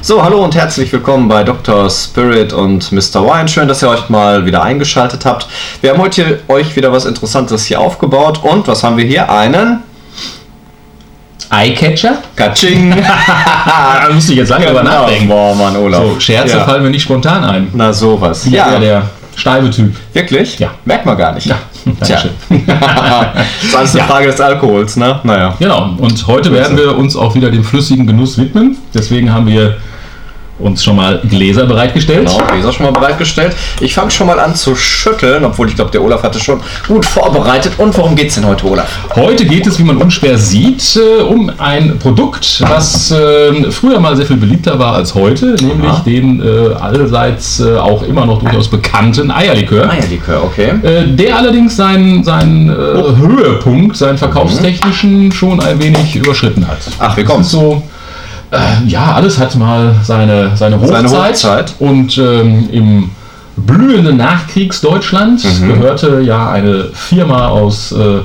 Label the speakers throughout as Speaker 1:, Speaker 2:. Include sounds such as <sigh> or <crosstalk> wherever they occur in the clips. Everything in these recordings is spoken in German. Speaker 1: So, hallo und herzlich willkommen bei Dr. Spirit und Mr. Wine. Schön, dass ihr euch mal wieder eingeschaltet habt. Wir haben heute hier- euch wieder was Interessantes hier aufgebaut und was haben wir hier? Einen
Speaker 2: Eyecatcher? <laughs>
Speaker 1: Katsching.
Speaker 2: Ah, da müsste ich jetzt lange drüber nachdenken.
Speaker 1: Boah, Mann, Olaf.
Speaker 2: So, Scherze
Speaker 1: ja.
Speaker 2: fallen mir nicht spontan ein.
Speaker 1: Na, sowas.
Speaker 2: Bin ja eher der steife Typ.
Speaker 1: Wirklich?
Speaker 2: Ja.
Speaker 1: Merkt man gar nicht. Tja.
Speaker 2: Dankeschön.
Speaker 1: <laughs> ist alles eine
Speaker 2: Ja.
Speaker 1: Frage des Alkohols, ne? Naja.
Speaker 2: Genau, und heute werden wir uns auch wieder dem flüssigen Genuss widmen. Deswegen haben wir uns schon mal Gläser bereitgestellt.
Speaker 1: Genau, Gläser schon mal bereitgestellt. Ich fange schon mal an zu schütteln, obwohl ich glaube, der Olaf hatte schon gut vorbereitet. Und worum geht's denn heute, Olaf?
Speaker 2: Heute geht es, wie man unschwer sieht, äh, um ein Produkt, was ähm, früher mal sehr viel beliebter war als heute, nämlich den äh, allseits äh, auch immer noch durchaus bekannten Eierlikör.
Speaker 1: Eierlikör, okay.
Speaker 2: Äh, der allerdings seinen, seinen äh,
Speaker 1: Oh.
Speaker 2: Höhepunkt, seinen verkaufstechnischen, schon ein wenig überschritten hat.
Speaker 1: Mhm. Ach, wie
Speaker 2: Das ist
Speaker 1: kommt's?
Speaker 2: So, äh, ja, alles hat mal seine, seine Hochzeit.
Speaker 1: Seine Hochzeit.
Speaker 2: Und ähm, im blühenden Nachkriegsdeutschland
Speaker 1: Mhm.
Speaker 2: gehörte ja eine Firma aus, äh,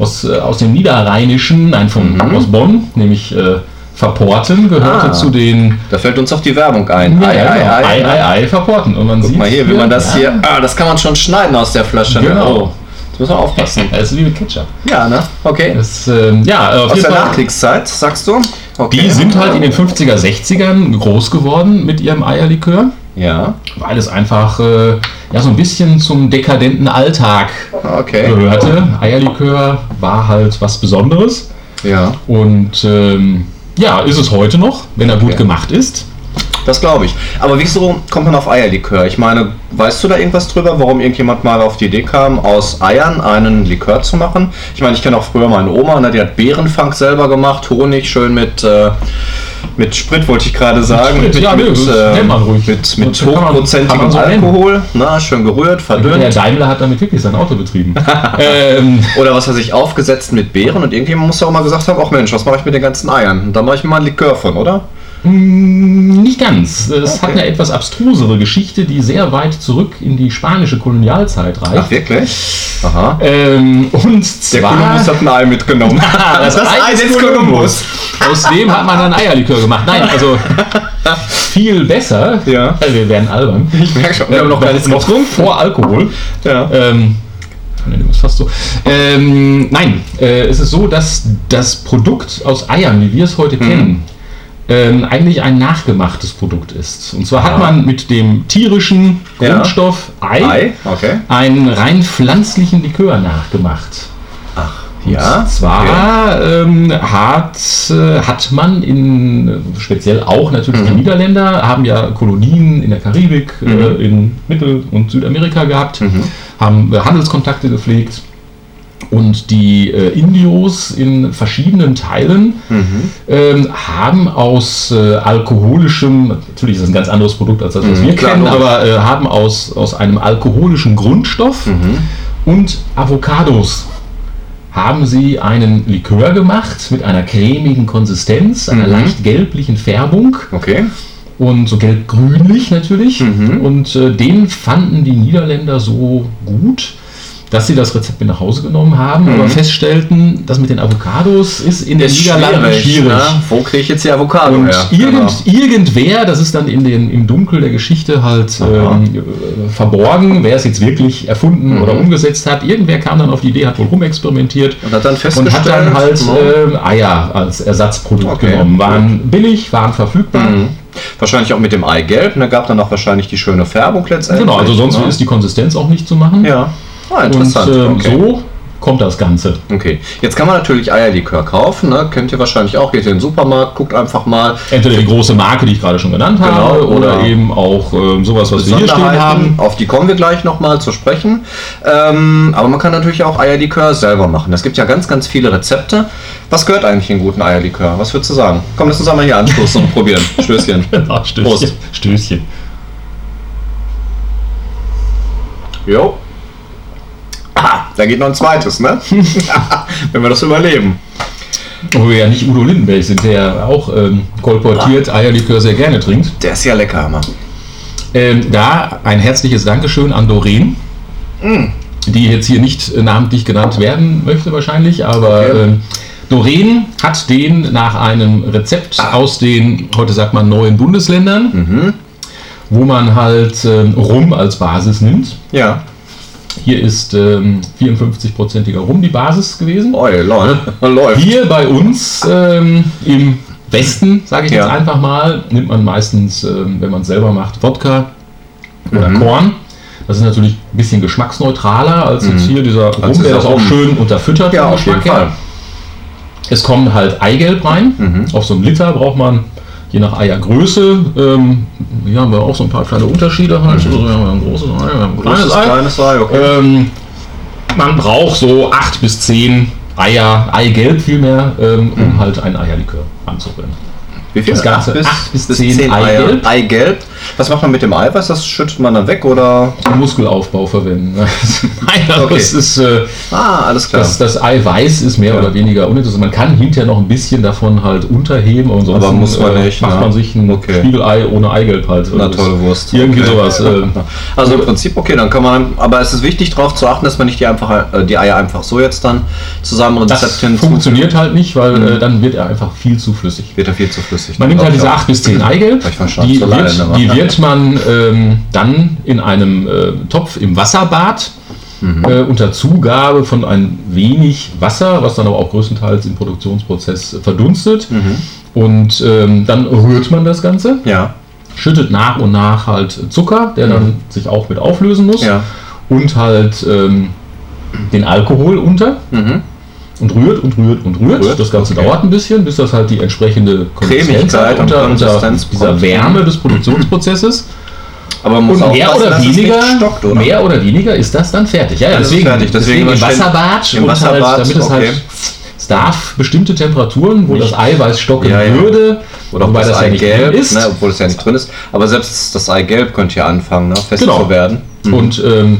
Speaker 2: aus, äh, aus dem Niederrheinischen, nein, von, aus Bonn, nämlich äh, Verporten, gehörte
Speaker 1: Mhm. Ah.
Speaker 2: zu den
Speaker 1: Da fällt uns auch die Werbung ein. Ei,
Speaker 2: ja,
Speaker 1: ei,
Speaker 2: genau,
Speaker 1: ei.
Speaker 2: ei, ei, Verporten. Und man
Speaker 1: Guck
Speaker 2: sieht
Speaker 1: mal hier, wie man das
Speaker 2: ja,
Speaker 1: hier. Ah, das kann man schon schneiden aus der Flasche. ne?
Speaker 2: Genau.
Speaker 1: Oh, jetzt müssen wir
Speaker 2: <laughs>
Speaker 1: aufpassen.
Speaker 2: Das ist wie mit Ketchup.
Speaker 1: Ja, ne? Okay.
Speaker 2: Das, ähm, ja, auf
Speaker 1: Aus
Speaker 2: jeden
Speaker 1: der
Speaker 2: Fall.
Speaker 1: Nachkriegszeit, sagst du? Okay.
Speaker 2: Die sind halt in den 50er, 60ern groß geworden mit ihrem Eierlikör,
Speaker 1: Ja.
Speaker 2: weil es einfach äh, ja, so ein bisschen zum dekadenten Alltag
Speaker 1: Okay.
Speaker 2: gehörte. Eierlikör war halt was Besonderes
Speaker 1: Ja.
Speaker 2: und ähm, ja, ist es heute noch, wenn er gut
Speaker 1: Okay.
Speaker 2: gemacht ist.
Speaker 1: Das glaube ich. Aber wieso kommt man auf Eierlikör? Ich meine, weißt du da irgendwas drüber, warum irgendjemand mal auf die Idee kam, aus Eiern einen Likör zu machen? Ich meine, ich kenne auch früher meine Oma, ne, die hat Beerenfang selber gemacht, Honig schön mit, äh, mit Sprit, wollte ich gerade sagen.
Speaker 2: Sprit,
Speaker 1: mit,
Speaker 2: ja, nee,
Speaker 1: mit,
Speaker 2: das
Speaker 1: äh,
Speaker 2: nennt man ruhig.
Speaker 1: mit, mit
Speaker 2: Das kann man- kann
Speaker 1: hochprozentigem
Speaker 2: man so nennen.
Speaker 1: Alkohol, na, schön gerührt,
Speaker 2: Der
Speaker 1: verdünnt.
Speaker 2: Daimler hat damit wirklich sein Auto
Speaker 1: <laughs>
Speaker 2: betrieben. ähm,
Speaker 1: Oder was weiß ich, aufgesetzt mit Beeren und irgendjemand muss ja auch mal gesagt haben, ach Mensch, was mache ich mit den ganzen Eiern? Und da mache ich mir mal einen Likör von, oder?
Speaker 2: Mm, Nicht ganz. Es
Speaker 1: Okay.
Speaker 2: hat eine etwas abstrusere Geschichte, die sehr weit zurück in die spanische Kolonialzeit reicht.
Speaker 1: Ach, wirklich? Aha.
Speaker 2: Ähm, und
Speaker 1: Der
Speaker 2: zwar
Speaker 1: Kolumbus hat ein Ei <laughs> mitgenommen. Ah, das, Ei des Kolumbus.
Speaker 2: Aus dem hat man dann Eierlikör gemacht.
Speaker 1: <laughs>
Speaker 2: Nein, also viel besser.
Speaker 1: Ja.
Speaker 2: Wir werden albern.
Speaker 1: Ich merke schon, wir haben noch gar nichts
Speaker 2: noch
Speaker 1: getrunken.
Speaker 2: vor Alkohol.
Speaker 1: Ja.
Speaker 2: Ähm, nee, das ist fast so. Ähm, nein, äh, es ist so, dass das Produkt aus Eiern, wie wir es
Speaker 1: Hm.
Speaker 2: heute kennen, ähm, eigentlich ein nachgemachtes Produkt ist. Und zwar
Speaker 1: Ja.
Speaker 2: hat man mit dem tierischen
Speaker 1: Ah. Ja.
Speaker 2: Grundstoff Ei
Speaker 1: Ei, okay.
Speaker 2: einen rein pflanzlichen Likör nachgemacht.
Speaker 1: Ja,
Speaker 2: Und zwar ähm, hat, äh, hat man in, äh, speziell auch natürlich
Speaker 1: Mhm.
Speaker 2: die Niederländer, haben ja Kolonien in der Karibik,
Speaker 1: Mhm.
Speaker 2: äh, in Mittel- und Südamerika gehabt, haben äh, Handelskontakte gepflegt. Und die äh, Indios in verschiedenen Teilen
Speaker 1: Mhm.
Speaker 2: ähm, haben aus äh, alkoholischem, natürlich ist das ein ganz anderes Produkt als das, was
Speaker 1: Mhm,
Speaker 2: wir
Speaker 1: klar,
Speaker 2: kennen,
Speaker 1: logisch.
Speaker 2: aber äh, haben aus, aus einem alkoholischen Grundstoff
Speaker 1: Mhm.
Speaker 2: und Avocados haben sie einen Likör gemacht mit einer cremigen Konsistenz, einer
Speaker 1: Mhm.
Speaker 2: leicht gelblichen Färbung
Speaker 1: Okay.
Speaker 2: und so gelb-grünlich natürlich.
Speaker 1: Mhm.
Speaker 2: Und äh, den fanden die Niederländer so gut, dass sie das Rezept mit nach Hause genommen haben, aber feststellten, dass mit den Avocados ist in
Speaker 1: Mhm.
Speaker 2: den
Speaker 1: Ist
Speaker 2: Niederlanden
Speaker 1: schwierig.
Speaker 2: schwierig.
Speaker 1: Ne? Wo kriege ich jetzt die Avocado
Speaker 2: Und
Speaker 1: her? Genau.
Speaker 2: irgend, irgendwer, das ist dann in den, im Dunkel der Geschichte halt
Speaker 1: Aha. Mhm.
Speaker 2: ähm, äh, verborgen, wer es jetzt wirklich erfunden oder umgesetzt hat, irgendwer kam dann auf die Idee, hat wohl rumexperimentiert
Speaker 1: Und hat dann
Speaker 2: und
Speaker 1: festgestellt, ne?
Speaker 2: hat dann halt
Speaker 1: no.
Speaker 2: ähm, Eier als Ersatzprodukt
Speaker 1: Okay.
Speaker 2: genommen. Waren billig, waren verfügbar.
Speaker 1: äh, Mhm. wahrscheinlich auch mit dem Eigelb, ne, gab dann auch wahrscheinlich die schöne Färbung letztendlich.
Speaker 2: Genau, also sonst
Speaker 1: ne?
Speaker 2: ist die Konsistenz auch nicht zu machen.
Speaker 1: Ja, ah,
Speaker 2: Und
Speaker 1: interessant.
Speaker 2: ähm,
Speaker 1: okay.
Speaker 2: so kommt das Ganze.
Speaker 1: okay, jetzt kann man natürlich Eierlikör kaufen, ne? kennt ihr wahrscheinlich auch, geht in den Supermarkt, guckt einfach mal,
Speaker 2: Entweder die große Marke, die ich gerade schon genannt habe,
Speaker 1: Genau,
Speaker 2: oder
Speaker 1: ja.
Speaker 2: eben auch ähm, sowas, was wir hier stehen
Speaker 1: Besonderheiten,
Speaker 2: haben. <laughs>
Speaker 1: Auf die kommen wir gleich nochmal zu sprechen. Ähm, aber man kann natürlich auch Eierlikör selber machen. Es gibt ja ganz, ganz viele Rezepte. Was gehört eigentlich in guten Eierlikör? Was würdest du sagen? Komm, lass uns einmal hier anstoßen und
Speaker 2: <laughs>
Speaker 1: probieren. Stößchen.
Speaker 2: Ah, Stößchen.
Speaker 1: Prost.
Speaker 2: Stößchen.
Speaker 1: Jo. Ah, da geht noch ein zweites,
Speaker 2: <laughs>
Speaker 1: ne? Wenn wir das überleben.
Speaker 2: Wo wir ja nicht Udo Lindenberg sind, der auch ähm, kolportiert Eierlikör sehr gerne trinkt.
Speaker 1: Der ist ja lecker, Hammer.
Speaker 2: Ähm, da ein herzliches Dankeschön an Doreen, die jetzt hier nicht äh, namentlich genannt werden möchte wahrscheinlich, aber
Speaker 1: Okay.
Speaker 2: ähm, Doreen hat den nach einem Rezept aus den, heute sagt man, neuen Bundesländern,
Speaker 1: Hm. Mhm.
Speaker 2: wo man halt ähm, Rum als Basis nimmt.
Speaker 1: Ja.
Speaker 2: Hier ist ähm, 54-prozentiger Rum die Basis gewesen.
Speaker 1: Oi, läuft. <laughs> läuft.
Speaker 2: Hier bei uns ähm, im Westen, sage ich jetzt
Speaker 1: Ja.
Speaker 2: einfach mal, nimmt man meistens, ähm, wenn man es selber macht, Wodka oder
Speaker 1: Mhm.
Speaker 2: Korn. Das ist natürlich ein bisschen geschmacksneutraler als jetzt hier dieser Rum,
Speaker 1: Mhm. Als
Speaker 2: der
Speaker 1: dieser
Speaker 2: das auch
Speaker 1: Rum.
Speaker 2: schön unterfüttert.
Speaker 1: Ja,
Speaker 2: vom
Speaker 1: auf jeden
Speaker 2: Geschmack her.
Speaker 1: Fall. Mhm.
Speaker 2: Es kommt halt Eigelb rein. Auf so einem Liter braucht man je nach Eiergröße. Ähm, hier haben wir auch so ein paar kleine Unterschiede. Halt. Also, wir haben ein großes Ei, wir haben ein kleines
Speaker 1: Mhm. Großes,
Speaker 2: Ei.
Speaker 1: kleines Ei, okay.
Speaker 2: Ähm, man braucht so 8 bis 10 Eier, Eigelb vielmehr, ähm, um
Speaker 1: Mhm.
Speaker 2: halt ein Eierlikör anzurühren.
Speaker 1: Wie viel?
Speaker 2: das Ganze.
Speaker 1: Acht bis,
Speaker 2: Acht bis
Speaker 1: bis
Speaker 2: zehn
Speaker 1: zehn, Eier.
Speaker 2: Eigelb.
Speaker 1: Eigelb. Was macht man mit dem Eiweiß? Das schüttet man dann weg oder?
Speaker 2: Zum Muskelaufbau verwenden. ne? <laughs> Nein, aber
Speaker 1: Okay.
Speaker 2: es ist, äh,
Speaker 1: Ah, alles klar.
Speaker 2: das, das Eiweiß ist mehr
Speaker 1: Ja.
Speaker 2: oder weniger uninteressant. Man kann hinterher noch ein bisschen davon halt unterheben, aber ansonsten äh,
Speaker 1: Aber muss man nicht,
Speaker 2: macht
Speaker 1: ne?
Speaker 2: man sich ein
Speaker 1: Okay.
Speaker 2: Spiegelei ohne Eigelb halt.
Speaker 1: Na
Speaker 2: Also
Speaker 1: tolle
Speaker 2: das-
Speaker 1: Wurst.
Speaker 2: Irgendwie
Speaker 1: Okay.
Speaker 2: sowas.
Speaker 1: <laughs>
Speaker 2: Äh,
Speaker 1: Also im Prinzip, okay, dann kann man, aber es ist wichtig darauf zu achten, dass man nicht die, einfach, äh, die Eier einfach so jetzt dann zusammen
Speaker 2: das
Speaker 1: Rezept hinzu-
Speaker 2: funktioniert halt nicht, weil äh, dann wird er einfach viel zu flüssig.
Speaker 1: Wird da viel zu flüssig.
Speaker 2: Man nimmt
Speaker 1: Glaub
Speaker 2: halt
Speaker 1: ich
Speaker 2: diese
Speaker 1: auch.
Speaker 2: 8 bis 10 Eigelb,
Speaker 1: Hab ich verstanden,
Speaker 2: die
Speaker 1: so lange, ne?
Speaker 2: wird, die wird man ähm, dann in einem äh, Topf im Wasserbad
Speaker 1: Mhm.
Speaker 2: äh, unter Zugabe von ein wenig Wasser, was dann aber auch größtenteils im Produktionsprozess verdunstet.
Speaker 1: Mhm.
Speaker 2: Und ähm, dann rührt man das Ganze,
Speaker 1: Ja,
Speaker 2: schüttet nach und nach halt Zucker, der dann sich auch mit auflösen muss
Speaker 1: Mhm. ja.
Speaker 2: und halt ähm, den Alkohol unter
Speaker 1: Mhm.
Speaker 2: und rührt und rührt und rührt.
Speaker 1: Rührt,
Speaker 2: Das Ganze
Speaker 1: okay.
Speaker 2: dauert ein bisschen, bis das halt die entsprechende Konsistenz
Speaker 1: Cremigkeit
Speaker 2: hat
Speaker 1: und
Speaker 2: unter, unter
Speaker 1: Konsistenz
Speaker 2: dieser
Speaker 1: kommt.
Speaker 2: Wärme des Produktionsprozesses.
Speaker 1: Aber man muss
Speaker 2: Und mehr
Speaker 1: aufpassen,
Speaker 2: oder,
Speaker 1: dass es
Speaker 2: weniger,
Speaker 1: nicht stockt, oder?
Speaker 2: mehr oder weniger ist das dann fertig. Ja, ja
Speaker 1: Dann ist es
Speaker 2: deswegen,
Speaker 1: fertig. Deswegen
Speaker 2: im
Speaker 1: stellen-
Speaker 2: Wasserbad,
Speaker 1: im
Speaker 2: und
Speaker 1: Wasserbad,
Speaker 2: halt, damit es
Speaker 1: okay.
Speaker 2: halt, es darf bestimmte Temperaturen, wo das Eiweiß stocken
Speaker 1: Ja, ja.
Speaker 2: würde,
Speaker 1: Oder ob
Speaker 2: wobei
Speaker 1: das,
Speaker 2: das ja nicht
Speaker 1: Eigelb
Speaker 2: drin ist.
Speaker 1: ist. Ne, obwohl es ja nicht drin ist. Aber selbst das Eigelb könnte ja anfangen, ne, fest
Speaker 2: Genau.
Speaker 1: zu werden. Mhm.
Speaker 2: Und ähm,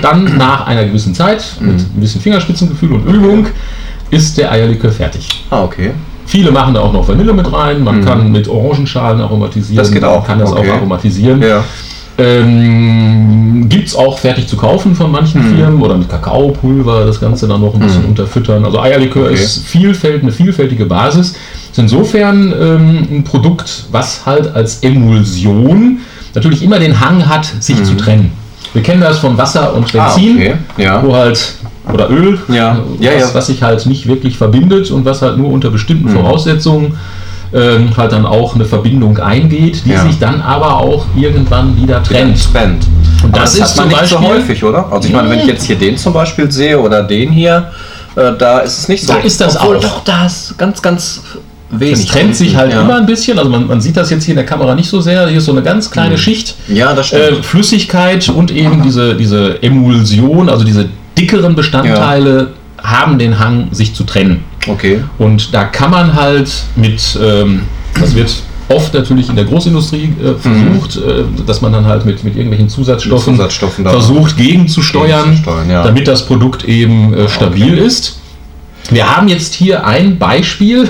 Speaker 2: dann nach einer gewissen Zeit,
Speaker 1: Mhm.
Speaker 2: mit ein bisschen Fingerspitzengefühl und Übung, ist der Eierlikör fertig.
Speaker 1: Ah, okay.
Speaker 2: Viele machen da auch noch Vanille mit rein, man kann mit Orangenschalen aromatisieren,
Speaker 1: Mhm. Das geht auch,
Speaker 2: man kann das
Speaker 1: okay.
Speaker 2: auch aromatisieren.
Speaker 1: Ja.
Speaker 2: Ähm, Gibt es auch fertig zu kaufen von manchen
Speaker 1: Mhm.
Speaker 2: Firmen oder mit Kakaopulver das Ganze dann noch ein bisschen unterfüttern. Also Eierlikör
Speaker 1: Okay.
Speaker 2: ist vielfält, eine vielfältige Basis. Ist insofern ähm, ein Produkt, was halt als Emulsion natürlich immer den Hang hat, sich zu trennen. Wir kennen das von Wasser und
Speaker 1: Mhm. Ah,
Speaker 2: Benzin
Speaker 1: okay. Ja.
Speaker 2: wo halt oder Öl,
Speaker 1: Ja.
Speaker 2: Was,
Speaker 1: Ja, Mhm. ja.
Speaker 2: was sich halt nicht wirklich verbindet und was halt nur unter bestimmten Voraussetzungen ähm, halt dann auch eine Verbindung eingeht, die
Speaker 1: Ja.
Speaker 2: sich dann aber auch irgendwann wieder trennt.
Speaker 1: Spend.
Speaker 2: Und
Speaker 1: Aber
Speaker 2: das ist
Speaker 1: hat man
Speaker 2: zum
Speaker 1: nicht so
Speaker 2: Beispiel-
Speaker 1: häufig, oder? Also ich meine, wenn ich jetzt hier den zum Beispiel sehe oder den hier, äh, da ist es nicht so.
Speaker 2: Da ist das
Speaker 1: Obwohl,
Speaker 2: auch.
Speaker 1: Doch, da ist ganz, ganz wenig.
Speaker 2: Es trennt sich halt
Speaker 1: ja.
Speaker 2: immer ein bisschen, also man, man sieht das jetzt hier in der Kamera nicht so sehr, hier ist so eine ganz
Speaker 1: Mhm.
Speaker 2: kleine Schicht
Speaker 1: Ja, das
Speaker 2: äh,
Speaker 1: stimmt.
Speaker 2: Flüssigkeit und eben diese, diese Emulsion, also diese dickeren Bestandteile haben den Hang, sich zu trennen.
Speaker 1: okay.
Speaker 2: Und da kann man halt mit, ähm, das wird oft natürlich in der Großindustrie
Speaker 1: Mhm.
Speaker 2: äh, versucht, äh, dass man dann halt mit, mit irgendwelchen Zusatzstoffen,
Speaker 1: Mit Zusatzstoffen da-
Speaker 2: versucht gegenzusteuern,
Speaker 1: Gegenzusteuern, ja. Ah,
Speaker 2: damit das Produkt eben äh, stabil
Speaker 1: Okay.
Speaker 2: ist. Wir haben jetzt hier ein Beispiel.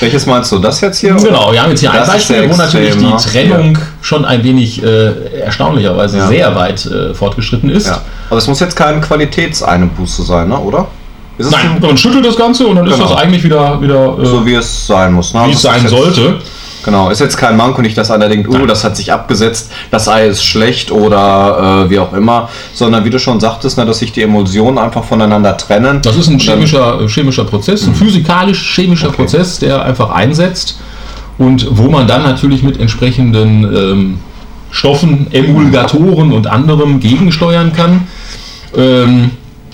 Speaker 1: Welches meinst du? Das jetzt hier?
Speaker 2: <laughs> Genau, wir haben jetzt hier
Speaker 1: Mhm. Das
Speaker 2: ein
Speaker 1: ist
Speaker 2: Beispiel,
Speaker 1: sehr
Speaker 2: wo natürlich
Speaker 1: extrem,
Speaker 2: die
Speaker 1: ne?
Speaker 2: Trennung schon ein wenig äh, erstaunlicherweise
Speaker 1: Ja.
Speaker 2: sehr weit äh, fortgeschritten ist.
Speaker 1: Ja. Aber es muss jetzt kein Qualitätseinbuße sein, ne? oder? Ist es
Speaker 2: Nein, man schüttelt das Ganze und dann ist
Speaker 1: Genau.
Speaker 2: das eigentlich wieder, wieder äh,
Speaker 1: So wie es sein muss. Ne?
Speaker 2: wie
Speaker 1: Also
Speaker 2: es
Speaker 1: ist
Speaker 2: sein
Speaker 1: jetzt-
Speaker 2: sollte.
Speaker 1: Genau, ist jetzt kein Manko, nicht, dass einer denkt, oh, das hat sich abgesetzt, das Ei ist schlecht oder äh, wie auch immer, sondern wie du schon sagtest, ne, dass sich die Emulsionen einfach voneinander trennen.
Speaker 2: Das ist ein
Speaker 1: Und dann- Mhm.
Speaker 2: chemischer, äh, chemischer Prozess, ein physikalisch-chemischer Prozess, der einfach einsetzt und wo man dann natürlich mit entsprechenden ähm, Stoffen, Emulgatoren und anderem gegensteuern kann. Ähm,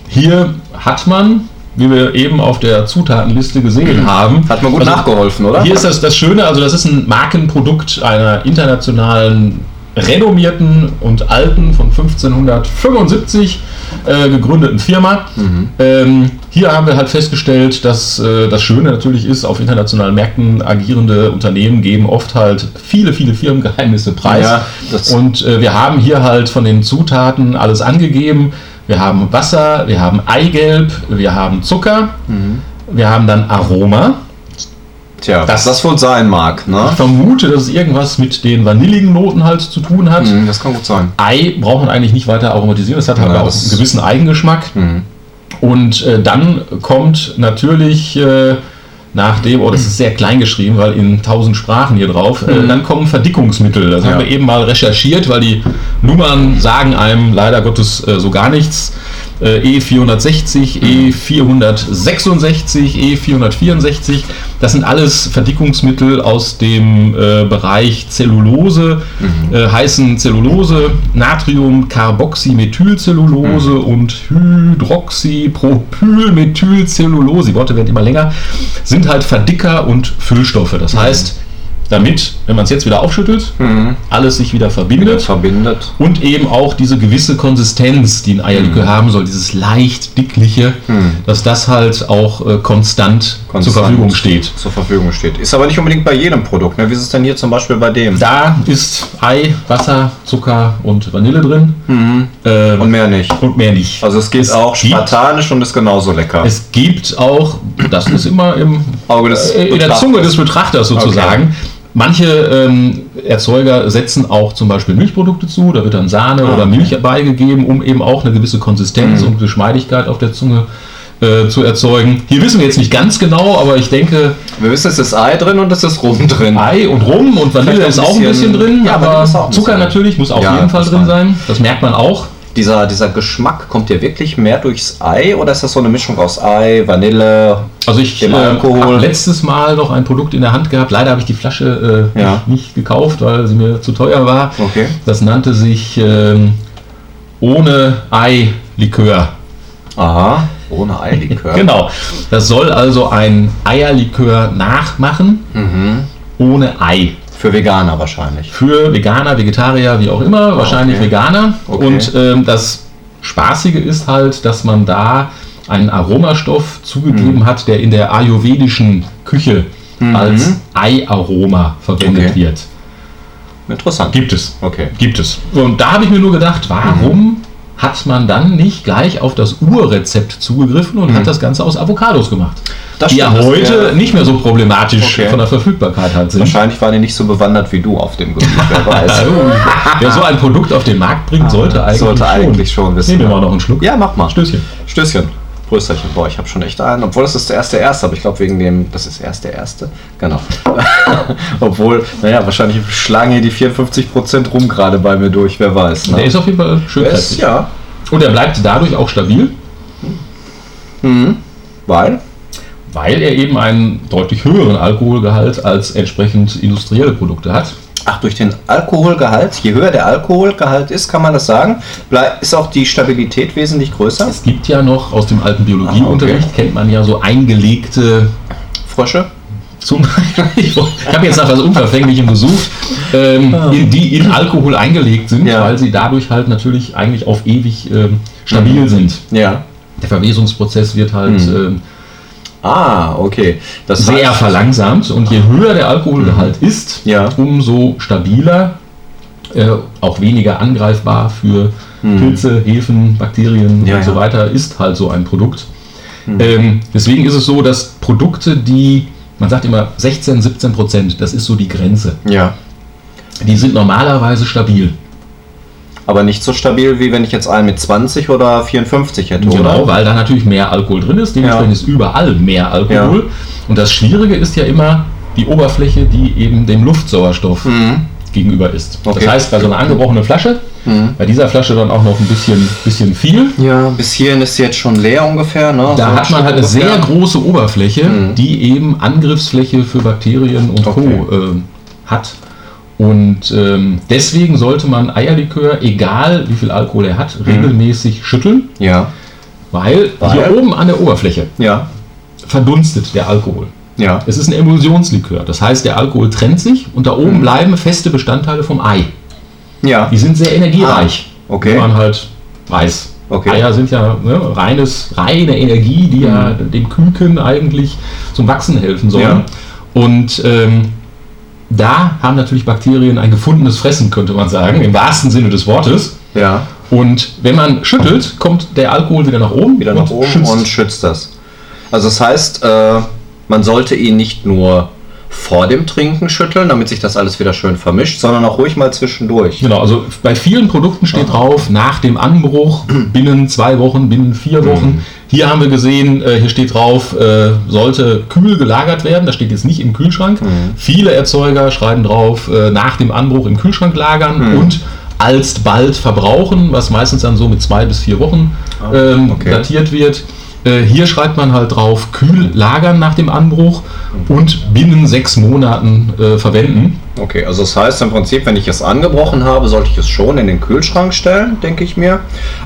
Speaker 2: hier hat man, wie wir eben auf der Zutatenliste gesehen haben,
Speaker 1: Mhm. Hat man gut
Speaker 2: also
Speaker 1: nachgeholfen, oder?
Speaker 2: Hier ist das, das Schöne, also das ist ein Markenprodukt einer internationalen renommierten und alten von 1575 äh, gegründeten Firma.
Speaker 1: Mhm.
Speaker 2: Ähm, hier haben wir halt festgestellt, dass äh, das Schöne natürlich ist, auf internationalen Märkten agierende Unternehmen geben oft halt viele, viele Firmengeheimnisse preis.
Speaker 1: Ja, das-
Speaker 2: und äh, wir haben hier halt von den Zutaten alles angegeben. Wir haben Wasser, wir haben Eigelb, wir haben Zucker,
Speaker 1: Mhm.
Speaker 2: wir haben dann Aroma.
Speaker 1: Tja,
Speaker 2: das-
Speaker 1: das, das wohl sein mag,
Speaker 2: Ich
Speaker 1: ne?
Speaker 2: vermute, dass es irgendwas mit den vanilligen Noten halt zu tun hat.
Speaker 1: Mhm, Das kann gut sein.
Speaker 2: Ei braucht man eigentlich nicht weiter aromatisieren, das hat halt
Speaker 1: Ja,
Speaker 2: auch
Speaker 1: das- Mhm.
Speaker 2: einen gewissen Eigengeschmack. Und äh, dann kommt natürlich äh, nach dem, oh, das ist sehr klein geschrieben, weil in tausend Sprachen hier drauf, äh, dann kommen Verdickungsmittel. Das haben
Speaker 1: Mhm. Ja.
Speaker 2: wir eben mal recherchiert, weil die Nummern sagen einem leider Gottes äh, so gar nichts. Äh, E E460, E466, E464, E das sind alles Verdickungsmittel aus dem äh, Bereich Zellulose, äh, heißen Zellulose, Natrium, Carboxymethylcellulose und Hydroxypropylmethylcellulose, die Worte werden immer länger, sind halt Verdicker und Füllstoffe. Das heißt, damit, wenn man es jetzt wieder aufschüttelt, alles sich wieder
Speaker 1: Wieder
Speaker 2: verbindet.
Speaker 1: verbindet.
Speaker 2: Und eben auch diese gewisse Konsistenz, die ein Eierlikör
Speaker 1: Hm.
Speaker 2: haben soll, dieses leicht dickliche, dass das halt auch äh, konstant, zur
Speaker 1: konstant
Speaker 2: Verfügung steht.
Speaker 1: Zur Verfügung steht. Ist aber nicht unbedingt bei jedem Produkt. Ne? Wie ist es denn hier zum Beispiel bei dem?
Speaker 2: Da ist Ei, Wasser, Zucker und Vanille drin Ähm,
Speaker 1: Und mehr nicht.
Speaker 2: und mehr nicht.
Speaker 1: Mhm. Also es geht
Speaker 2: Es
Speaker 1: auch
Speaker 2: gibt-
Speaker 1: spartanisch und ist genauso lecker.
Speaker 2: es gibt auch, das ist immer im
Speaker 1: Auge des
Speaker 2: äh, in der
Speaker 1: Betrachters.
Speaker 2: Zunge des Betrachters sozusagen. Manche ähm, Erzeuger setzen auch zum Beispiel Milchprodukte zu, da wird dann Sahne
Speaker 1: Ah. Mhm.
Speaker 2: oder Milch beigegeben, um eben auch eine gewisse Konsistenz und Geschmeidigkeit auf der Zunge äh, zu erzeugen. Hier wissen wir jetzt nicht ganz genau, aber ich denke,
Speaker 1: Wir wissen, es ist Ei drin und es ist Rum drin.
Speaker 2: Ei und Rum und Vanille
Speaker 1: Vielleicht
Speaker 2: ist auch ein bisschen drin,
Speaker 1: ja, Vanille
Speaker 2: aber
Speaker 1: ist auch ein bisschen
Speaker 2: Zucker
Speaker 1: drin.
Speaker 2: natürlich muss auf
Speaker 1: Ja,
Speaker 2: jeden Fall
Speaker 1: muss
Speaker 2: drin
Speaker 1: rein.
Speaker 2: sein. Das merkt man auch.
Speaker 1: Dieser, dieser Geschmack, kommt dir wirklich mehr durchs Ei oder ist das so eine Mischung aus Ei, Vanille?
Speaker 2: Also ich
Speaker 1: Dem
Speaker 2: äh,
Speaker 1: Alkohol.
Speaker 2: hab letztes Mal noch ein Produkt in der Hand gehabt. Leider habe ich die Flasche äh,
Speaker 1: Ja.
Speaker 2: nicht gekauft, weil sie mir zu teuer war.
Speaker 1: Okay.
Speaker 2: Das nannte sich ähm, ohne Ei-Likör.
Speaker 1: Aha, ohne Eilikör.
Speaker 2: Genau. Das soll also ein Eierlikör nachmachen
Speaker 1: Mhm.
Speaker 2: ohne Ei.
Speaker 1: Für Veganer wahrscheinlich.
Speaker 2: Für Veganer, Vegetarier, wie auch immer, wahrscheinlich
Speaker 1: Ah, okay.
Speaker 2: Veganer.
Speaker 1: Okay.
Speaker 2: Und ähm, das Spaßige ist halt, dass man da einen Aromastoff zugegeben
Speaker 1: Mhm.
Speaker 2: hat, der in der ayurvedischen Küche als Ei-Aroma verwendet
Speaker 1: Okay.
Speaker 2: wird.
Speaker 1: Interessant.
Speaker 2: Gibt es.
Speaker 1: Okay.
Speaker 2: Gibt es. Und da habe ich mir nur gedacht, warum
Speaker 1: Mhm.
Speaker 2: hat man dann nicht gleich auf das Urrezept zugegriffen und hat das Ganze aus Avocados gemacht?
Speaker 1: Mhm. Das
Speaker 2: die ja
Speaker 1: stimmt, das
Speaker 2: heute
Speaker 1: wär-
Speaker 2: nicht mehr so problematisch
Speaker 1: Okay.
Speaker 2: von der Verfügbarkeit halt sind.
Speaker 1: Wahrscheinlich waren die nicht so bewandert wie du auf dem Gebiet, wer
Speaker 2: <laughs>
Speaker 1: weiß.
Speaker 2: Also, wer so ein Produkt auf den Markt bringt, sollte eigentlich,
Speaker 1: Ähm. Ah, Sollte eigentlich schon wissen.
Speaker 2: Nehmen wir mal noch einen Schluck.
Speaker 1: Ja, mach mal.
Speaker 2: Stößchen.
Speaker 1: Stößchen. Prösterchen. Boah, ich habe schon echt einen. Obwohl das ist der erste Erste, aber ich glaube wegen dem, das ist erst der Erste. Genau. <laughs> Obwohl, naja, wahrscheinlich schlagen hier die 54% rum gerade bei mir durch, wer weiß.
Speaker 2: Der
Speaker 1: Ne?
Speaker 2: ist auf jeden Fall schön
Speaker 1: Es,
Speaker 2: kräftig.
Speaker 1: ja,
Speaker 2: Und er bleibt dadurch auch stabil,
Speaker 1: weil
Speaker 2: weil er eben einen deutlich höheren Alkoholgehalt als entsprechend industrielle Produkte hat.
Speaker 1: Ach, durch den Alkoholgehalt, je höher der Alkoholgehalt ist, kann man das sagen, blei- ist auch die Stabilität wesentlich größer.
Speaker 2: Es gibt ja noch aus dem alten Biologieunterricht,
Speaker 1: Ah,
Speaker 2: kennt man ja so eingelegte
Speaker 1: Frösche?
Speaker 2: Zum Beispiel, <laughs> ich habe jetzt nach was Unverfänglichem gesucht, ähm, in, die in Alkohol eingelegt sind,
Speaker 1: Ah. Ja.
Speaker 2: weil sie dadurch halt natürlich eigentlich auf ewig ähm, stabil
Speaker 1: Mhm.
Speaker 2: sind.
Speaker 1: Ja.
Speaker 2: Der Verwesungsprozess wird halt
Speaker 1: Mhm.
Speaker 2: ähm,
Speaker 1: Ah, okay. Das
Speaker 2: sehr
Speaker 1: heißt-
Speaker 2: verlangsamt und je höher der Alkoholgehalt ist,
Speaker 1: Mhm. Ja.
Speaker 2: umso stabiler, äh, auch weniger angreifbar für Pilze, Hefen, Bakterien
Speaker 1: Mhm. Ja, Mhm.
Speaker 2: und so
Speaker 1: ja.
Speaker 2: weiter ist halt so ein Produkt. Ähm, deswegen ist es so, dass Produkte, die, man sagt immer 16, 17 Prozent, das ist so die Grenze,
Speaker 1: Ja.
Speaker 2: die sind normalerweise stabil.
Speaker 1: Aber nicht so stabil, wie wenn ich jetzt einen mit 20 oder 54 hätte,
Speaker 2: Genau,
Speaker 1: oder?
Speaker 2: weil da natürlich mehr Alkohol drin ist. Dementsprechend
Speaker 1: Ja.
Speaker 2: ist überall mehr Alkohol. Und das Schwierige ist ja immer die Oberfläche, die eben dem Luftsauerstoff gegenüber ist.
Speaker 1: Mhm. Okay. Mhm.
Speaker 2: Das heißt, bei so einer angebrochenen Flasche, bei dieser Flasche dann auch noch ein bisschen, bisschen viel,
Speaker 1: Ja, bis hierhin ist sie jetzt schon leer ungefähr, ne? So
Speaker 2: da hat man
Speaker 1: Stück
Speaker 2: halt eine
Speaker 1: ungefähr.
Speaker 2: sehr große Oberfläche, die eben Angriffsfläche für Bakterien und
Speaker 1: Okay.
Speaker 2: Co. ähm, hat. Und ähm, deswegen sollte man Eierlikör, egal wie viel Alkohol er hat, regelmäßig schütteln,
Speaker 1: Ja.
Speaker 2: weil,
Speaker 1: Mhm. Weil?
Speaker 2: hier oben an der Oberfläche
Speaker 1: Ja.
Speaker 2: verdunstet der Alkohol.
Speaker 1: Ja.
Speaker 2: Es ist ein Emulsionslikör. Das heißt, der Alkohol trennt sich und da
Speaker 1: Mhm.
Speaker 2: oben bleiben feste Bestandteile vom Ei.
Speaker 1: Ja.
Speaker 2: Die sind sehr energiereich.
Speaker 1: Ah, okay.
Speaker 2: Wie man halt weiß.
Speaker 1: Okay.
Speaker 2: Eier sind ja ne, reines, reine Energie, die ja dem Küken eigentlich zum Wachsen helfen sollen.
Speaker 1: Mhm. Ja.
Speaker 2: Und ähm, da haben natürlich Bakterien ein gefundenes Fressen, könnte man sagen, im wahrsten Sinne des Wortes.
Speaker 1: Ja.
Speaker 2: Und wenn man schüttelt, kommt der Alkohol wieder nach oben.
Speaker 1: Wieder nach
Speaker 2: und
Speaker 1: oben
Speaker 2: schützt.
Speaker 1: und schützt das. Also das heißt, äh, man sollte ihn nicht nur vor dem Trinken schütteln, damit sich das alles wieder schön vermischt, sondern auch ruhig mal zwischendurch.
Speaker 2: Genau, also
Speaker 1: Ah. Mhm.
Speaker 2: bei vielen Produkten steht drauf, nach dem Anbruch, binnen zwei Wochen, binnen vier Wochen. Hier haben wir gesehen, äh, hier steht drauf, äh, sollte kühl gelagert werden. Das steht jetzt nicht im Kühlschrank.
Speaker 1: Mhm.
Speaker 2: Viele Erzeuger schreiben drauf, äh, nach dem Anbruch im Kühlschrank lagern
Speaker 1: Mhm.
Speaker 2: und alsbald verbrauchen, was meistens dann so mit zwei bis vier Wochen
Speaker 1: Ah,
Speaker 2: ähm,
Speaker 1: okay.
Speaker 2: datiert wird. Äh, Hier schreibt man halt drauf, kühl lagern nach dem Anbruch und binnen sechs Monaten äh, verwenden.
Speaker 1: Okay, also das heißt im Prinzip, wenn ich es angebrochen habe, sollte ich es schon in den Kühlschrank stellen, denke ich mir.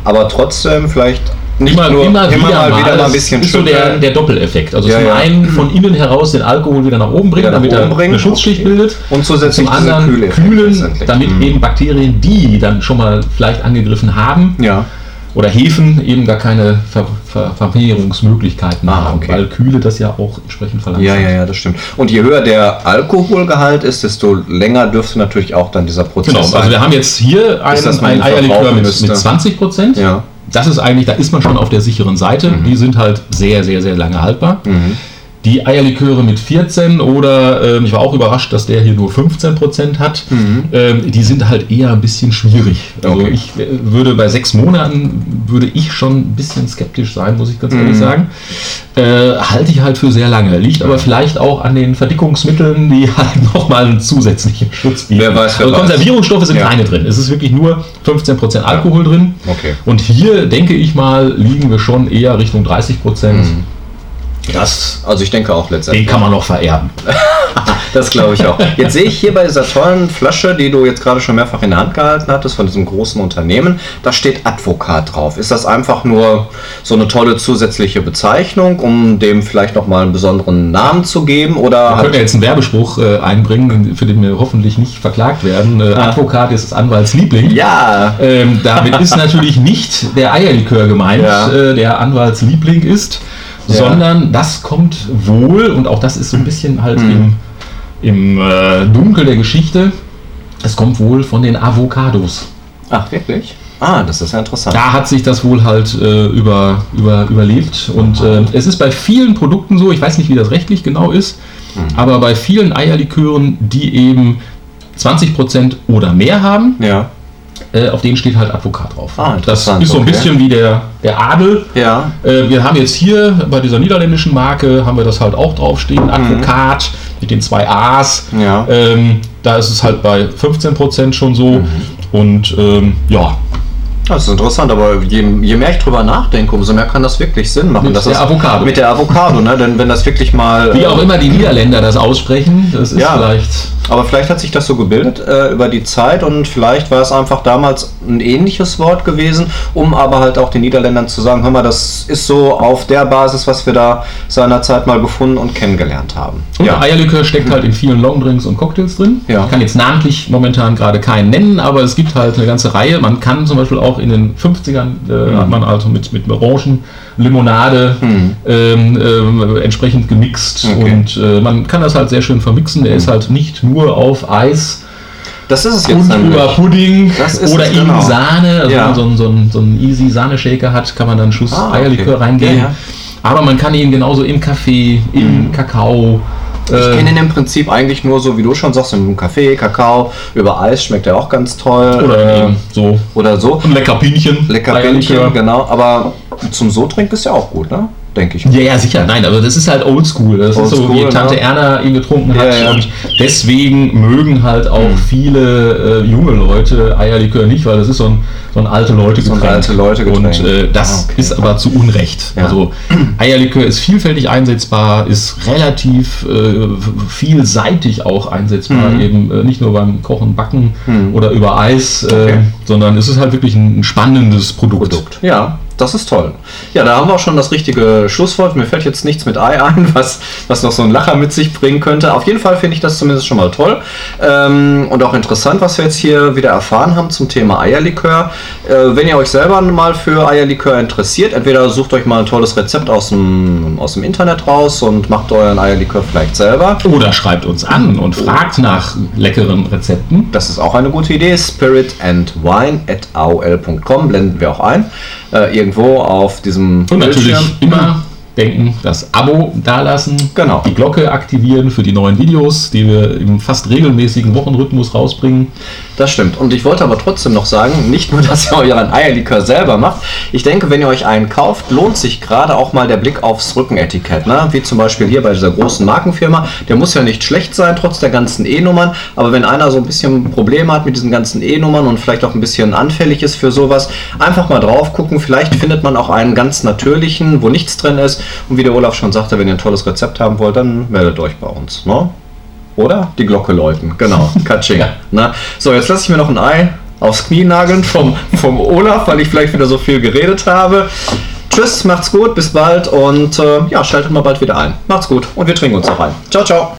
Speaker 1: Aber trotzdem vielleicht nicht nur immer mal wieder mal ein
Speaker 2: Das
Speaker 1: bisschen
Speaker 2: ist so der,
Speaker 1: schütteln.
Speaker 2: der Doppeleffekt. Also
Speaker 1: Ja,
Speaker 2: zum
Speaker 1: ja.
Speaker 2: einen von innen heraus den Alkohol wieder nach oben bringen,
Speaker 1: Wieder nach
Speaker 2: damit
Speaker 1: oben
Speaker 2: er
Speaker 1: bringen,
Speaker 2: eine Schutzschicht
Speaker 1: okay.
Speaker 2: bildet.
Speaker 1: und zusätzlich
Speaker 2: Zum
Speaker 1: diesen
Speaker 2: anderen
Speaker 1: Kühleffekt
Speaker 2: kühlen,
Speaker 1: letztendlich.
Speaker 2: damit
Speaker 1: Mhm.
Speaker 2: eben Bakterien, die dann schon mal vielleicht angegriffen haben,
Speaker 1: Ja,
Speaker 2: oder Hefen eben gar keine Ver Ver Vermehrungsmöglichkeiten
Speaker 1: Ah,
Speaker 2: haben,
Speaker 1: okay.
Speaker 2: weil Kühle das ja auch entsprechend verlangsamt.
Speaker 1: ja, ja, ja, das stimmt. Und je höher der Alkoholgehalt ist, desto länger dürfte natürlich auch dann dieser Prozess
Speaker 2: Genau, also wir haben jetzt hier einen,
Speaker 1: das man
Speaker 2: einen Eierlikör
Speaker 1: verbrauchen
Speaker 2: mit,
Speaker 1: müsste.
Speaker 2: mit 20 Prozent.
Speaker 1: Ja. Mhm.
Speaker 2: Das ist eigentlich, da ist man schon auf der sicheren Seite. Die sind halt sehr, sehr, sehr lange haltbar. Die Eierliköre mit 14 oder ähm, ich war auch überrascht, dass der hier nur 15 Prozent hat. Ähm, die sind halt eher ein bisschen schwierig. Also
Speaker 1: Mhm. Okay.
Speaker 2: ich äh, würde bei sechs Monaten würde ich schon ein bisschen skeptisch sein, muss ich ganz
Speaker 1: Mhm.
Speaker 2: ehrlich sagen. Äh, halte ich halt für sehr lange. Liegt aber vielleicht auch an den Verdickungsmitteln, die <laughs> halt nochmal einen zusätzlichen Schutz bieten.
Speaker 1: Wer weiß, wer
Speaker 2: also
Speaker 1: weiß.
Speaker 2: Konservierungsstoffe sind
Speaker 1: Ja.
Speaker 2: keine drin. Es ist wirklich nur 15% Alkohol drin.
Speaker 1: Okay.
Speaker 2: Und hier, denke ich mal, liegen wir schon eher Richtung 30%.
Speaker 1: Mhm.
Speaker 2: Das,
Speaker 1: Also ich denke auch letztendlich.
Speaker 2: den kann man noch vererben.
Speaker 1: Das glaube ich auch. Jetzt sehe ich hier bei dieser tollen Flasche, die du jetzt gerade schon mehrfach in der Hand gehalten hattest, von diesem großen Unternehmen, da steht Advokat drauf. Ist das einfach nur so eine tolle zusätzliche Bezeichnung, um dem vielleicht nochmal einen besonderen Namen zu geben? Oder
Speaker 2: Da können wir
Speaker 1: hat,
Speaker 2: jetzt einen Werbespruch äh, einbringen, für den wir hoffentlich nicht verklagt werden. Äh, Advokat ist des Anwalts Liebling.
Speaker 1: ja,
Speaker 2: Ähm, damit <laughs> ist natürlich nicht der Eierlikör gemeint,
Speaker 1: Ja.
Speaker 2: äh, der Anwaltsliebling ist,
Speaker 1: Ja.
Speaker 2: sondern das kommt wohl, und auch das ist so ein bisschen halt im, im äh, Dunkel der Geschichte, es kommt wohl von den Avocados.
Speaker 1: ach wirklich? Ah, das ist ja interessant.
Speaker 2: Da hat sich das wohl halt äh, über, über, überlebt. Und äh, es ist bei vielen Produkten so, ich weiß nicht, wie das rechtlich genau ist,
Speaker 1: Mhm.
Speaker 2: aber bei vielen Eierlikören, die eben 20% oder mehr haben,
Speaker 1: Ja,
Speaker 2: äh, auf denen steht halt Advokat drauf.
Speaker 1: Ah,
Speaker 2: das
Speaker 1: interessant,
Speaker 2: ist so ein
Speaker 1: okay.
Speaker 2: bisschen wie der, der Adel.
Speaker 1: ja,
Speaker 2: Äh, wir haben jetzt hier bei dieser niederländischen Marke, haben wir das halt auch draufstehen, Advokat mit den zwei A's.
Speaker 1: Mhm. Ja.
Speaker 2: Ähm, da ist es halt bei 15% schon so.
Speaker 1: Mhm.
Speaker 2: Und ähm, ja,
Speaker 1: das ist interessant, aber je, je mehr ich drüber nachdenke, umso mehr kann das wirklich Sinn machen.
Speaker 2: Mit
Speaker 1: dass
Speaker 2: der
Speaker 1: das,
Speaker 2: Avocado.
Speaker 1: Mit der Avocado, ne? Denn wenn das wirklich mal.
Speaker 2: wie
Speaker 1: äh,
Speaker 2: auch immer die Niederländer das aussprechen, das ist
Speaker 1: Ja.
Speaker 2: vielleicht
Speaker 1: Aber vielleicht hat sich das so gebildet äh, über die Zeit und vielleicht war es einfach damals ein ähnliches Wort gewesen, um aber halt auch den Niederländern zu sagen, hör mal, das ist so auf der Basis, was wir da seinerzeit mal gefunden und kennengelernt haben.
Speaker 2: Und Eierlikör steckt halt in vielen Longdrinks und Cocktails drin.
Speaker 1: Ja.
Speaker 2: Ich kann jetzt namentlich momentan gerade keinen nennen, aber es gibt halt eine ganze Reihe. Man kann zum Beispiel auch in den 50ern, äh, hat man also mit, mit Orangenlimonade ähm, ähm, entsprechend gemixt.
Speaker 1: Hm. Okay.
Speaker 2: Und äh, man kann das halt sehr schön vermixen. Der ist halt nicht nur auf Eis
Speaker 1: Das ist es jetzt
Speaker 2: und über
Speaker 1: nämlich.
Speaker 2: Pudding
Speaker 1: Das ist
Speaker 2: oder
Speaker 1: es,
Speaker 2: eben
Speaker 1: genau.
Speaker 2: Sahne. Also
Speaker 1: Ja.
Speaker 2: wenn man so einen, so einen, so einen easy Sahneshaker hat, kann man dann einen Schuss
Speaker 1: Ah,
Speaker 2: Eierlikör
Speaker 1: okay.
Speaker 2: reingeben.
Speaker 1: Ja, ja.
Speaker 2: Aber man kann ihn genauso im Kaffee, im Kakao.
Speaker 1: Ich
Speaker 2: äh,
Speaker 1: kenne ihn im Prinzip eigentlich nur so, wie du schon sagst, im Kaffee, Kakao, über Eis schmeckt er auch ganz toll.
Speaker 2: Oder
Speaker 1: Ähm,
Speaker 2: so.
Speaker 1: oder so.
Speaker 2: Ein lecker Pinchen.
Speaker 1: Lecker Bändchen, genau. Aber zum So-Trink ist ja auch gut, ne? Denke ich.
Speaker 2: Ja, ja, sicher. Nein, aber das ist halt oldschool. Das ist so,
Speaker 1: Oldschool,
Speaker 2: wie
Speaker 1: ne?
Speaker 2: Tante Erna ihn getrunken hat.
Speaker 1: Ja, Hm. ja.
Speaker 2: Und deswegen mögen halt auch viele äh, junge Leute Eierlikör nicht, weil das ist so ein, so ein alte Leute Getränk.
Speaker 1: So ein alte Leute Getränk.
Speaker 2: Und äh, das
Speaker 1: Ah, okay.
Speaker 2: ist aber zu Unrecht.
Speaker 1: Ja.
Speaker 2: Also Eierlikör ist vielfältig einsetzbar, ist relativ äh, vielseitig auch einsetzbar.
Speaker 1: Hm.
Speaker 2: Eben äh, nicht nur beim Kochen, Backen oder über Eis, äh,
Speaker 1: Okay.
Speaker 2: sondern es ist halt wirklich ein spannendes Produkt.
Speaker 1: Ja, das ist toll. Ja, da haben wir auch schon das richtige Schlusswort. Mir fällt jetzt nichts mit Ei ein, <laughs> was, was noch so ein Lacher mit sich bringen könnte. Auf jeden Fall finde ich das zumindest schon mal toll. Ähm, und auch interessant, was wir jetzt hier wieder erfahren haben zum Thema Eierlikör. Äh, wenn ihr euch selber mal für Eierlikör interessiert, entweder sucht euch mal ein tolles Rezept aus dem, aus dem Internet raus und macht euren Eierlikör vielleicht selber.
Speaker 2: Oder schreibt uns an und fragt nach leckeren Rezepten.
Speaker 1: Das ist auch eine gute Idee. Spirit and Wine at aol.com blenden wir auch ein. Äh, irgendwo auf diesem
Speaker 2: Und natürlich
Speaker 1: Bildschirm.
Speaker 2: immer denken, das Abo dalassen,
Speaker 1: Genau.
Speaker 2: die Glocke aktivieren für die neuen Videos, die wir im fast regelmäßigen Wochenrhythmus rausbringen.
Speaker 1: Das stimmt. Und ich wollte aber trotzdem noch sagen, nicht nur, <laughs> dass ihr euren Eierlikör selber macht. Ich denke, wenn ihr euch einen kauft, lohnt sich gerade auch mal der Blick aufs Rückenetikett. Ne? Wie zum Beispiel hier bei dieser großen Markenfirma. Der muss ja nicht schlecht sein, trotz der ganzen E-Nummern. Aber wenn einer so ein bisschen Probleme hat mit diesen ganzen E-Nummern und vielleicht auch ein bisschen anfällig ist für sowas, einfach mal drauf gucken. Vielleicht findet man auch einen ganz natürlichen, wo nichts drin ist. Und wie der Olaf schon sagte, wenn ihr ein tolles Rezept haben wollt, dann meldet euch bei uns. Ne? Oder? Die Glocke läuten, genau. Katsching. Na, so, jetzt lasse ich mir noch ein Ei aufs Knie nageln vom, vom Olaf, weil ich vielleicht wieder so viel geredet habe. Tschüss, macht's gut, bis bald und äh, ja, schaltet mal bald wieder ein. Macht's gut und wir trinken uns noch ein. Ciao, ciao.